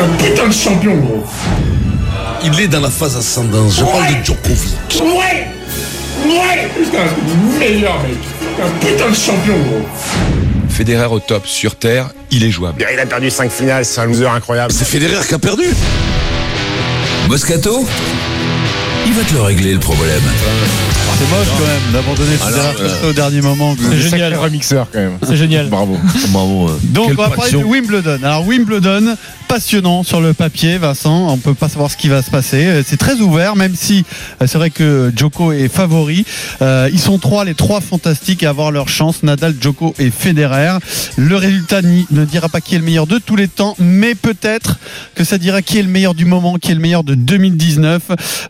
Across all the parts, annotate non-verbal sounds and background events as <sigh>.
un putain de champion, gros. Il est dans la phase ascendante. Je parle Ouais. de Djokovic. Ouais Ouais Putain, c'est le meilleur, mec. C'est un putain de champion, gros. Federer au top sur terre, il est jouable. Il a perdu 5 finales, c'est un loser incroyable. C'est Federer qui a perdu. Moscato Il va te le régler le problème. C'est moche quand même d'abandonner Ah le Alors, derrière comme euh, ça au dernier moment. quoi. C'est génial. remixeur quand même. C'est génial. Bravo. Bravo. euh. Donc Quelle on va parler de passion. Wimbledon. Alors Wimbledon, passionnant sur le papier, Vincent. On peut pas savoir ce qui va se passer. Euh, C'est très ouvert, même si euh, c'est vrai que Djoko est favori. Euh, ils sont trois, les trois fantastiques à avoir leur chance. Nadal, Djoko et Federer. Le résultat ni- ne dira pas qui est le meilleur de tous les temps, mais peut-être que ça dira qui est le meilleur du moment, qui est le meilleur de 2019.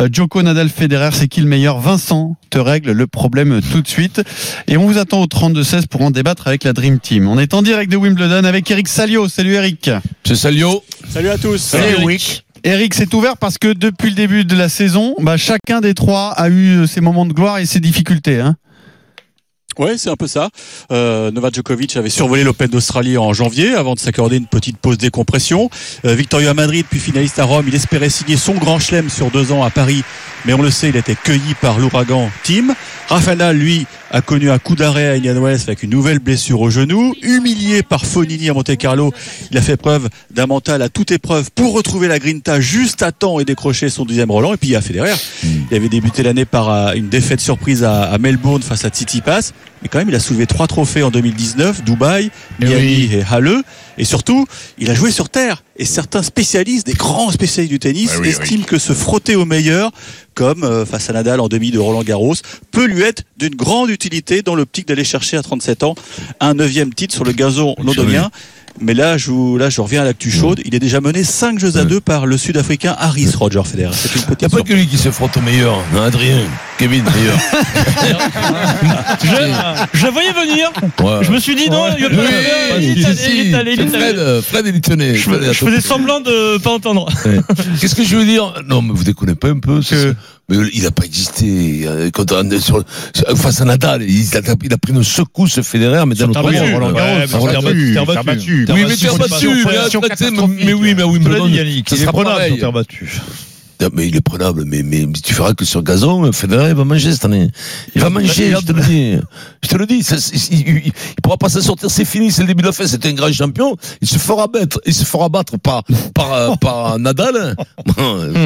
Euh, Djoko, Nadal, Federer, c'est qui le meilleur Vincent te règle le problème tout de suite. Et on vous attend au 32-16 pour en débattre avec la Dream Team. On est en direct de Wimbledon avec Eric Salio. Salut Eric. C'est Salio. Salut à tous. Eric, c'est ouvert parce que depuis le début de la saison, bah, chacun des trois a eu euh, ses moments de gloire et ses difficultés. Hein. Ouais, c'est un peu ça. Euh, Novak Djokovic avait survolé l'Open d'Australie en janvier avant de s'accorder une petite pause décompression. Euh, victorieux à Madrid, puis finaliste à Rome, il espérait signer son grand chelem sur deux ans à Paris, mais on le sait, il a été cueilli par l'ouragan Tim. Rafael, Nadal, lui, a connu un coup d'arrêt à Indian Wells avec une nouvelle blessure au genou. Humilié par Fonini à Monte-Carlo, il a fait preuve d'un mental à toute épreuve pour retrouver la grinta juste à temps et décrocher son deuxième Roland. Et puis il y a Federer. Hmm. Il avait débuté l'année par euh, une défaite surprise à, à Melbourne face à Tsitsipas. Mais quand même, il a soulevé trois trophées en 2019, Dubaï, Eh Miami et Halle. Et surtout, il a joué sur terre. Et certains spécialistes, des grands spécialistes du tennis, Bah oui, estiment que se frotter au meilleur, comme euh, face à Nadal en demi de Roland Garros, peut lui être d'une grande utilité dans l'optique d'aller chercher à 37 ans un neuvième titre sur le gazon londonien. Mais là, je, vous- là, je reviens à l'actu chaude. Il est déjà mené 5 jeux à 2 par le Sud-Africain Harris Roger Federer. C'est une Il petite n'y a pas surprise. que lui qui se frotte au meilleur. hein, Adrien, Kevin d'ailleurs. <laughs> Je, je la voyais venir. Ouais. Je me suis dit non, il va pas Oui, le faire. Il est si, allé, si, il est allé, il c'est est allé. Fred, euh, Fred est littonné. Je Fred est à fais- je faisais Tokyo. semblant de pas entendre. Qu'est-ce que je veux dire Non, mais vous déconnez pas un peu. c'est Que- ça. Mais il n'a pas existé. euh, Quand on est sur, sur- face à Nadal, il a, il a pris une secousse Federer, mais dans le terre battue, Roland Garros. ouais, mais sur Roland terre Garros. battue, Terre terre battue. Oui, mais terre battue. mais après, tu sais, Mais mais oui, mais à Wimbledon, ça sera pareil. battue. Non, mais il est prenable, mais, mais tu verras que sur gazon, euh, Federer va manger cette année. Il va manger, je te le dis. Je te le dis, ça, c'est- il, il- il pourra pas s'en sortir, c'est fini, c'est le début de la fin, c'est un grand champion. Il se fera battre, il se fera battre par, par, <laughs> euh, par Nadal. Hmm.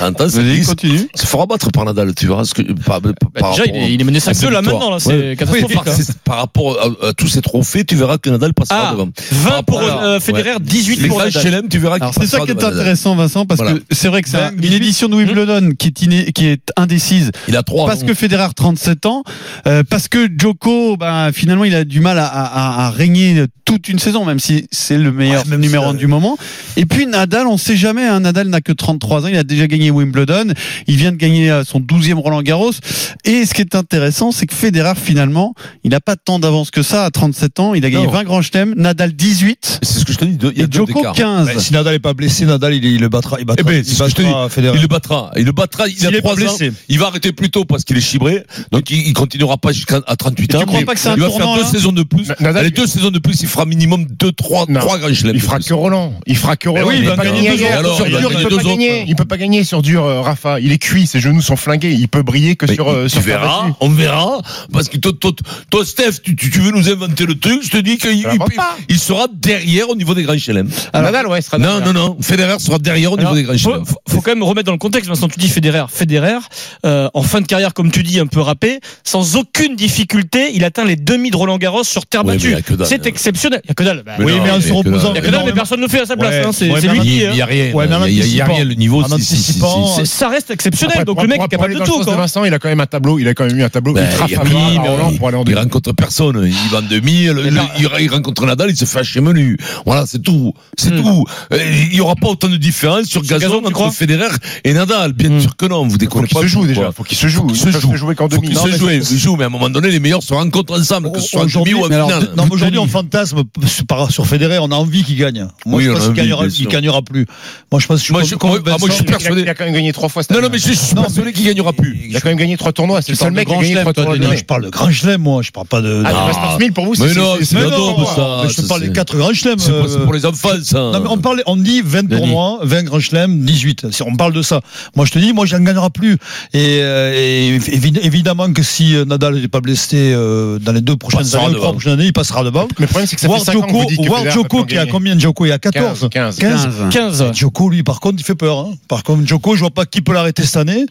Entends, c'est Vas-y, dit, continue. il se fera battre par Nadal, tu verras ce que, par, par- par Bah, déjà, il rapport- est, il est mené 5 à cette là victoire. maintenant, là, Ouais. c'est catastrophique. Oui, par, hein. c'est- par rapport à, à tous ces trophées, tu verras que Nadal passera Ah, devant. 20 pour Par rapport à- euh, Federer, ouais. 18 Les pour grands Nadal. chelem, tu verras Alors qu'il c'est ça passera qui est devant Nadal. intéressant Vincent parce Voilà. que c'est vrai que ça, Ben, une édition de Wimbledon Hum. qui est, iné- qui est indécise Il a trois. parce Oh, non que Federer 37 ans, euh, parce que Djoko, ben, finalement, il a du mal à, à- à régner toute une saison, même si c'est le meilleur Ouais, même numéro si, un euh, du moment. Et puis Nadal, on sait jamais. hein, Nadal n'a que 33 ans, il a déjà gagné Wimbledon, il vient de gagner euh, son 12e Roland Garros. Et ce qui est intéressant, c'est que Federer, finalement, il n'a pas tant d'avance que ça à 37 ans. Il a gagné Non. 20 grands chelems, Nadal 18 C'est ce que je te dis. deux- Il y a et deux Djoko écarts. 15. si Nadal est pas blessé, Nadal il, il le battra. Il battra, Eh ben, c'est il ce que je te battra Federer. Il le battra. Il le battra. Il S'il a est pas trois ans. blessé. Il va arrêter plus tôt parce qu'il est chibré. Donc il, il continuera pas jusqu'à à 38 Et ans. tu crois mais pas que c'est un il va tournant, faire deux là saisons de plus. Na- Nadal- les deux saisons de plus, il fera minimum deux, trois, Non. trois grands chelems. Il fera de que plus. Roland. Eh Il fera que Roland. oui, il est va pas gagner gagné. deux autres. Alors, Sur il va dur, gagner il peut deux pas autres. gagner. Il peut pas gagner sur dur, euh, Rafa. Il est cuit, ses genoux sont flingués. Il peut briller que Mais sur il- euh, tu sur terre verras, battue. on verra, parce que toi, toi, toi, Steph, tu, tu- tu veux nous inventer le truc, je te dis qu'il Ça va il- pas. il sera derrière au niveau des grands chelems. Nadal, ouais, il sera Non, non, non, Federer sera derrière au niveau Alors, des grands faut, chelems. faut- faut quand même remettre dans le contexte. Vincent, tu dis Federer, Federer, euh, en fin de carrière, comme tu dis, un peu râpé, sans aucune difficulté, il atteint les demi de Roland Garros sur terre Oui, mais battue. il y a que dalle. C'est exceptionnel. Il y a que dalle. Bah, Oui, il y a mais en se reposant. que dalle, mais personne ne le fait à sa place. Ouais. hein, c'est Ouais, c'est mais lui Il qui. n'y euh, a rien. Ouais, mais en Il n'y a- il n'y a anticipant. rien. Le niveau, En c'est- c'est- c'est- anticipant, c'est- c'est- ça reste exceptionnel. Après, donc pour- le mec pour- est pour aller capable de dans le tout. sens de quoi. Vincent, il a quand même un tableau, il a quand même eu un tableau Ben, ultra il, y a favorable pire, à Roland il- pour aller en il demi. rencontre personne, il va en demi, le- le- il, il rencontre Nadal, il se fait à menu. Voilà, c'est tout, c'est Hmm. tout. Euh, Il n'y aura pas autant de différence sur Sur gazon gazon, tu entre crois Federer et Nadal. Bien Mm. sûr que non, vous Faut déconnez qu'il pas. se joue tout, déjà. quoi. Faut qu'il se joue. Faut qu'il se Ils peuvent joue. jouer qu'en Faut demi. qu'ils Non, se mais jouent, ils jouent, mais à un moment donné, les meilleurs se rencontrent ensemble, que ce soit en demi Aujourd'hui, ou en mais alors, finale. non, mais aujourd'hui, on fantasme par- sur Federer, on a envie qu'il gagne. Moi, Oui, je on a pense qu'il envie, gagnera, bien il sûr. gagnera plus. Moi, je pense que je suis Moi, comme- je- comme ah, moi, je Vincent. suis il a- persuadé. Il a quand même gagné trois fois cette Non, non, année. mais je suis persuadé qu'il gagnera plus. Il a quand même gagné trois tournois. C'est le Tu seul parles mec de qui a gagné grand trois chelem, toi, tournois. de de Non, l'année. je parle de Grand Chelem, moi. Je parle pas de. Ah, Ah. le Masters 1000 pour vous, Mais c'est. non, c'est- c'est c'est- Mais pas non, drôle, moi, ça, mais je te ça, parle des c'est- 4 grands chelems. C'est pour, c'est euh, pour les enfants, ça. Non, mais on, parle, on dit 20 Denis. tournois, 20 grands chelems, 18. C'est- On parle de ça. Moi, je te dis, moi, j'en gagnerai plus. Et, euh, et évi- évidemment que si euh, Nadal n'est pas blessé euh, dans les deux prochaines Passera années, ou devant. trois prochaines années, il passera devant. Mais le problème, c'est que ça fait Voir 5 ans que vous Djoko, dites que voir Federer Djoko peut qui a gagner. combien Djoko Il a 14 15. 15 15. Djoko, lui, par contre, il fait peur. hein. Par contre, Djoko, je vois pas qui peut l'arrêter cette année.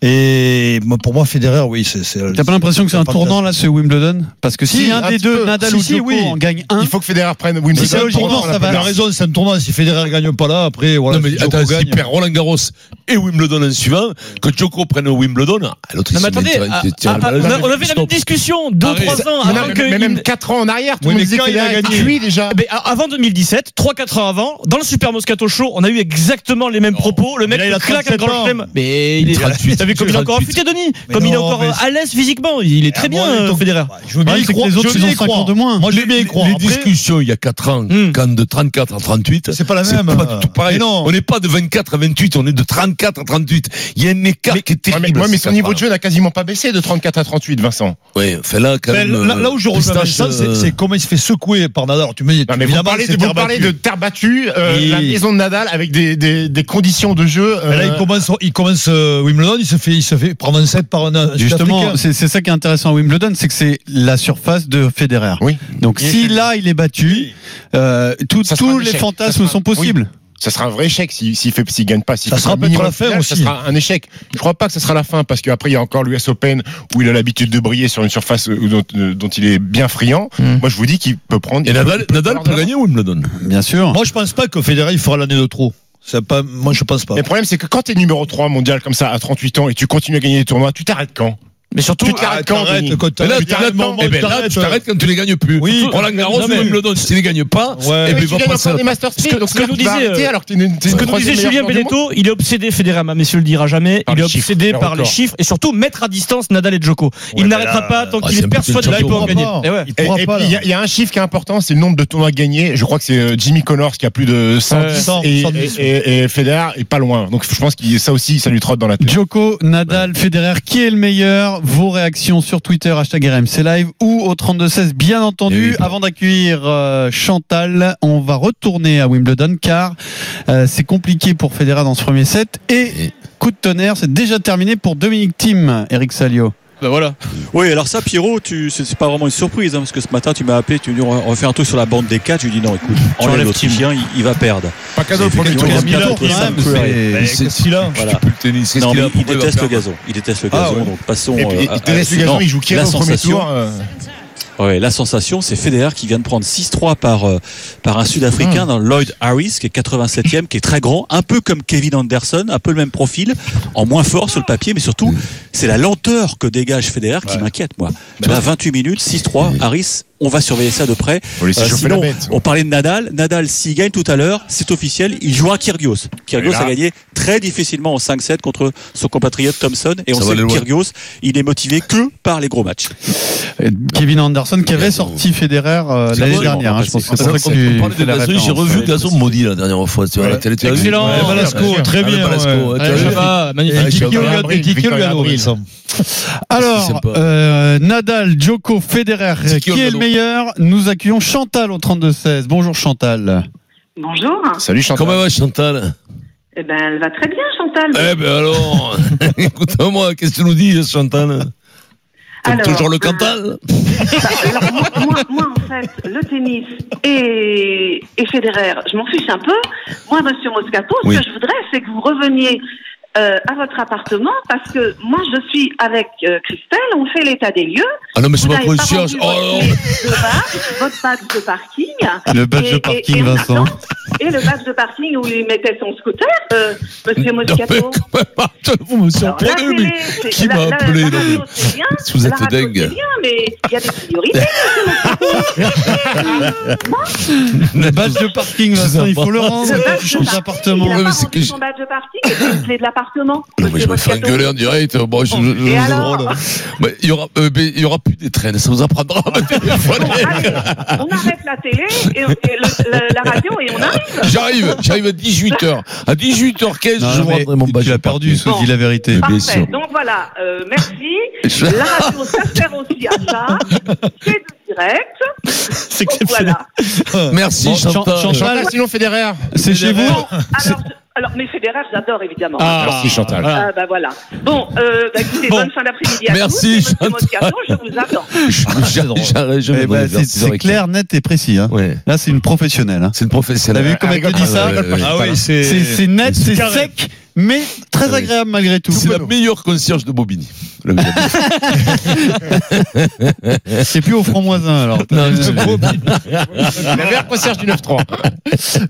Et moi, pour moi, Federer, oui, c'est. c'est- T'as pas l'impression que c'est un fantasme. tournant là ce Wimbledon Parce que si, Si, un un des petit deux, peu. Nadal Si, ou si, Djoko, oui. en gagne un. Il faut que Federer prenne Wimbledon. Psychologiquement, Pour moi, ça va. on Il l'a a fait. raison, c'est un tournoi. Si Federer gagne pas là, après, voilà. Non, mais si Djoko attends, s'il gagne. perd Roland Garros et Wimbledon en suivant, que Djoko prenne au Wimbledon, ah, l'autre, il se Non, mais met- attendez, tiens, ah, tiens, ah, ah, on a- on avait la même stop. Ah discussion 2-3 ans Non, avant mais- que. mais il- même 4 ans en arrière, tout Oui, le monde mais disait quand qu'il il a a gagné. gagné. déjà. Ah, mais a- avant 2017, 3-4 ans avant, dans le Super Moscato Show, on a eu exactement les mêmes propos. Le mec Mais là, il a claque un 37 grand ans. chelem. Mais il est. 38, T'as vu comme il est encore 38. affûté, Denis Mais Comme il est non, encore euh, mais- à l'aise physiquement. Il est très Ah, bien, moi, euh, donc- Federer. Ouais, Je veux bien Ouais, y c'est que croire. les autres, Bah, je ils veux ont y cinq croire. ans de moins. Moi, je veux bien y croire. Les Après, discussions il y a 4 ans, Hmm. quand de 34 à 38, C'est pas la même. euh. C'est pas du tout pareil. Mais non. On n'est pas de 24 à 28, on est de 34 à 38. Il y a un écart qui est Ouais, terrible. mais, ouais, mais son ces niveau de quatre-là. jeu n'a quasiment pas baissé de 34 à 38, Vincent. Ouais, fait là, quand Mais Ben, même. là, là où je euh, rejoins Eustache, Vincent, c'est euh, c'est comment il se fait secouer par Nadal. Alors, tu me dis, Non, mais vous évidemment, parlez, c'est de, vous terre parlez battue. de terre battue, euh, Et- la maison de Nadal avec des, des, des conditions de jeu. Mais Là, euh, il commence, il commence euh, Wimbledon, il se fait, il se fait prendre un set par un- un. Justement, Sud-Africain. c'est c'est ça qui est intéressant à Wimbledon, c'est que c'est la surface de Federer. Oui. Donc si là il est battu, euh, tout- Ça sera tous un les échec. Ça fantasmes sera- sont possibles. ça sera un vrai échec s'il si, fait s'il gagne pas. S'il Ça fait sera un peut-être minimum la fin final, Ça aussi. sera un échec. Je crois pas que ça sera la fin parce qu'après il y a encore l'US Open où il a l'habitude de briller sur une surface euh, dont, euh, dont il est bien friand. Hmm. Moi je vous dis qu'il peut prendre. Et Nadal, Nadal peut gagner Wimbledon. Bien sûr. Moi, je pense pas que Federer il fera l'année de trop. C'est pas, moi, je pense pas. Mais Le problème c'est que quand t'es numéro 3 mondial comme ça à 38 ans et tu continues à gagner des tournois, tu t'arrêtes quand Mais surtout. Tu t'arrêtes quand Denis quand Mais là, t'arrêtes, tu t'arrêtes- moment, eh ben, là, tu t'arrêtes quand tu les gagnes plus. Oui. Roland Garros, Non, mais- Wimbledon, si tu les gagnes pas, Ouais. eh ben, Mais il tu va gagnes passer encore à- des Masters Ce que- 1000, donc ce que c'est-à-dire nous qu'il va disait, arrêter euh, alors que t'es une- t'es Ce une que nous disait troisième meilleure Julien joueur du monde. Beneteau, il est obsédé, Federer, mais monsieur le dira jamais. Par il est les chiffres, obsédé par par les record. chiffres et surtout mettre à distance Nadal et Djoko. Il Ouais, n'arrêtera mais là, pas tant ah, qu'il c'est est un persuadé peu qu'il pourra de gagner. champion. Eh ouais. Il Et, pourra et pas, puis, là. il y a- il y, a un chiffre qui est important, c'est le nombre de tournois gagnés. Je crois que c'est euh, Jimmy Connors qui a plus de 110 100, et, 110, et, et- et Federer est pas loin. Donc je pense que ça aussi, ça lui trotte dans la tête. Djoko, Nadal, Federer, qui est le meilleur Vos réactions sur Twitter, hashtag RMC Live ou au 3216, bien entendu. Eh oui. Avant d'accueillir euh, Chantal, on va retourner à Wimbledon car euh, c'est compliqué pour Federer dans ce premier set. Et Et- coup de tonnerre, c'est déjà terminé pour Dominique Thiem, Eric Salio. Ben voilà. Oui, alors ça, Pierrot, tu, c'est c'est pas vraiment une surprise, hein, parce que ce matin, tu m'as appelé, tu me dis, on va- on fait un tour sur la bande des quatre. Je lui dis, non, écoute, enlève le chien, il, il va perdre. Pas cadeau pour premier lui. tour. Il a mis bien le trouvé tour, ça, quand le même, coup, mais- Mais Qu'est-ce c'est- qu'il a Voilà. Je peux le tennis. Qu'est-ce Non, qu'il mais a il Pourquoi va déteste le perdre gazon. Il déteste le Ah, gazon, ouais. donc passons. Et puis, euh, à- il délaisse à- le gazon, non, il joue qui la au premier sensation. tour euh, Ouais, la sensation, c'est Federer qui vient de prendre 6-3 par euh, par un Hmm. Sud-Africain, dans Lloyd Harris, qui est 87e, qui est très grand, un peu comme Kevin Anderson, un peu le même profil, en moins fort sur le papier, mais surtout, c'est la lenteur que dégage Federer qui m'inquiète, moi. Bah Tu vois, 28 minutes, 6-3, Harris, on va surveiller ça de près. Faut laisser Euh, chauffer sinon, la bête. on parlait de Nadal. Nadal, s'il gagne tout à l'heure, c'est officiel, il jouera Kyrgios. Kyrgios Et là- a gagné très difficilement en 5-7 contre son compatriote Thompson, et on Ça va sait aller que loin. Kyrgios, il est motivé que par les gros matchs. Euh, Kevin Anderson qui avait sorti Federer euh, C'est l'année bon, dernière. on hein, va je pense que Ah, c'est c'est pour vrai ça qu'on que tu parlait de fais la Gazon, référence. j'ai revu Gazon maudit la dernière fois, tu vois, à la télé. tu l'as vu Excellent. Ouais, voilà. Balasco, bien sûr. très Ah, le bien. Balasco, ouais. tu vois, Ouais, j'ai- Chava, magnifique. Et qui Victor qui Gabriel, et qui Victor gagne, Gabriel. Vincent Alors, C'est sympa. euh, Nadal, Djoko, Federer, C'est qui, qui est le Ronaldo meilleur Nous accueillons Chantal au 32-16. Bonjour Chantal. Bonjour. Salut Chantal. Comment va Chantal Eh ben, elle va très bien, Chantal. Eh ben alors, <laughs> écoute-moi, qu'est-ce que tu nous dis Chantal Comme Alors, toujours le euh, Cantal Alors, moi, moi, moi, en fait, le tennis et, et Federer, je m'en fiche un peu. Moi, monsieur Moscato, ce Oui. que je voudrais, c'est que vous reveniez euh, à votre appartement parce que moi je suis avec euh, Christelle, on fait l'état des lieux. Ah non, mais c'est Vous ma n'avez pas conscience. vendu Oh, votre non. pièce de bar, votre badge de parking. Le badge Et- de et- parking, et on Vincent. attend. Et le badge de parking où il mettait son scooter, euh, Monsieur Non, mais Moscato. quand même, attends, vous me Alors, la surprenez, télé, mais c'est- qui la- m'a la- appelé la non, radio, mais- c'est bien, Vous la êtes radio, dingue. c'est bien, mais il y a des priorités. Le badge de <laughs> parking, Vincent, il faut le rendre. Le badge Tu de changes parking, d'appartement. Il Ouais, a mais pas c'est que rendu j'ai- son badge de parking et c'est une clé de l'appartement. Non, mais je vais me faire engueuler en direct. Bon, je, je- je- Et je- alors Mais il y aura, euh, mais il y aura plus des traînes. Ça vous apprendra. <laughs> à me Bon, téléphoner. allez, on arrête la télé et, et le- le- la radio et on Ah, arrive. J'arrive, j'arrive à 18h. À 18h15, Non, je non, vous mais rendrai mon badge. Tu l'as perdu, Bon. soit dis la vérité. bien Parfait. sûr. Donc voilà, euh, merci. Je- La radio, ça sert aussi à ça. C'est du direct. C'est Donc voilà. Ah. Merci, Bon, Chan- Chantal. Chantal. Chantal, sinon Federer. C'est chez vous Bon, alors, je- alors, mais Federer, j'adore évidemment. Merci Chantal. Ah, bah voilà. Bon, euh, bah, écoutez, Bon. bonne fin d'après-midi à Merci, tous. Et Chantal. Monsieur Moscato, je vous attends. <laughs> J'arrive, j'arrive, je Eh viendrai ben, vers C'est 6h15. c'est clair, net et précis. hein. Ouais. Là, c'est une professionnelle. hein. C'est Euh, une professionnelle. T'as vu comment elle te dit ça ouais, ouais, ouais. Ah oui, c'est. C'est c'est net, c'est carré. sec, mais très Ouais. agréable malgré tout. C'est la meilleure concierge de Bobigny. Le- C'est plus au <laughs> franc-moisin alors. <laughs> La meilleure concierge du 9-3.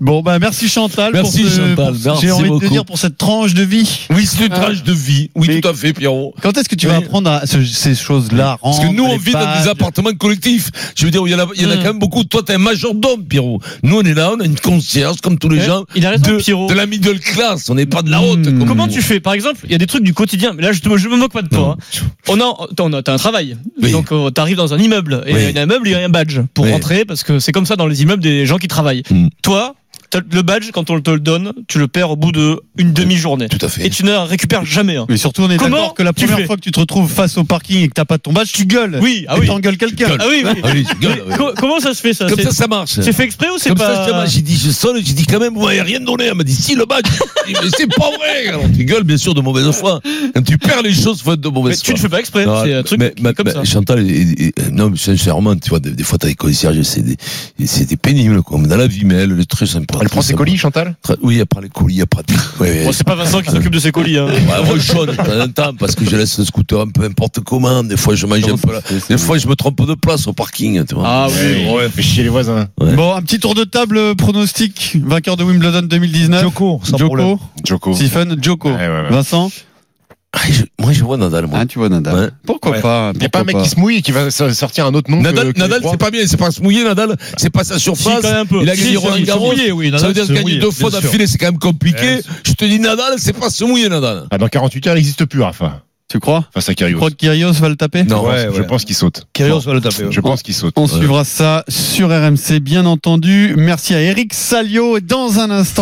Bon bah merci Chantal. Merci, pour ce- Chantal. pour- Merci J'ai envie de beaucoup. te dire pour cette tranche de vie. <laughs> oui, c'est une tranche de vie. Oui, Mais- tout à fait, Pierrot. Quand est-ce que tu vas Oui. apprendre à ce- ces choses-là Parce que rendre nous, on Hmm. les vit dans pages des appartements collectifs. Je veux dire, il y en a, il y en a Mm. quand même beaucoup. Toi, t'es un majordome, Pierrot. Nous, on est là, on a une concierge, comme tous les Eh gens, Il a raison, de, Pierrot. de la middle class. On n'est pas de la haute. Mm. comme- Comment tu fais Par exemple, il y a des trucs du quotidien. Mais là, je, te, je me moque pas de toi. hein. On a, t'as- on a- t'as un travail. Oui. Donc, euh, t'arrives dans un immeuble. Et Oui. il y a un immeuble, il y a un badge pour Oui. rentrer parce que c'est comme ça dans les immeubles des gens qui travaillent. Mm. Toi, t'as- le badge, quand on te le donne, tu le perds au bout de une demi-journée. Tout à fait. Et tu ne récupères jamais. hein. un. Mais surtout, on est Comment d'accord que la tu première fais fois que tu te retrouves face au parking et que t'as pas ton badge, tu gueules. Oui, ah Et oui. t'engueules quelqu'un. Ah oui, oui. Ah oui, je <laughs> gueule, oui. Co- Comment ça se fait ça Comme C'est- ça, ça marche. C'est fait exprès ou c'est Comme pas ça, justement, j'ai dit, je sonne, j'ai dit quand même, vous m'avez rien donné. Elle m'a dit, si, le badge. J'ai dit, mais c'est pas vrai. Alors, tu gueules, bien sûr, de mauvaise foi. Quand tu perds les choses, faut être de Mais mauvaise foi. tu ne fais pas exprès, Non, c'est un truc mais- mais- comme mais ça. Chantal, et- et- non, mais sincèrement, tu vois, des, des fois, t'as des concierges, c'est des, c'était pénible, quoi. Mais Dans la vie, mais elle, elle est très sympa. Elle prend très ses sympa. colis, Chantal Très- Oui, elle prend les colis, elle <laughs> prend. Oui, oui. Bon, c'est pas Vincent qui s'occupe de ses colis. Hein. Ouais, moi, je chône de temps en temps parce que je laisse le scooter un peu importe comment. Des fois, je mange un peu là. Des fois, je me trompe de place au parking, tu vois. Ah oui. Ouais, fait chier les voisins. Ouais. Bon, un petit tour de table euh, pronostic. Vainqueur de Wimbledon 2019. Joko, sans problème. Joko, Joko. Stephen, Joko. Ouais, ouais, ouais. Vincent, Ah, je- moi, je vois Nadal, moi. ah, tu vois Nadal. Ouais. Pourquoi Ouais. pas Il y a pas un mec qui se mouille et qui va so- sortir un autre nom. Nadal, que- que les Nadal trois. c'est pas bien, c'est pas se mouiller, Nadal, c'est pas sa Si, quand surface. même un peu. Il a gagné Si, Roland se Garros. mouiller, Ça oui, veut Nadal, dire se gagner mouiller, deux fois bien sûr. Eh, d'affilée, c'est quand même compliqué. Bien Je te dis, Nadal, c'est pas se mouiller, Nadal. Ah, dans 48 heures, il n'existe plus, Rafa. Tu crois Face à Tu Kyrgios. crois que Kyrgios va le taper Non, Ouais, Je pense qu'il saute. Kyrgios va le taper. ouais. Je pense qu'il saute. On suivra ça sur RMC, bien entendu. Merci à Eric Salio. Et Dans un instant,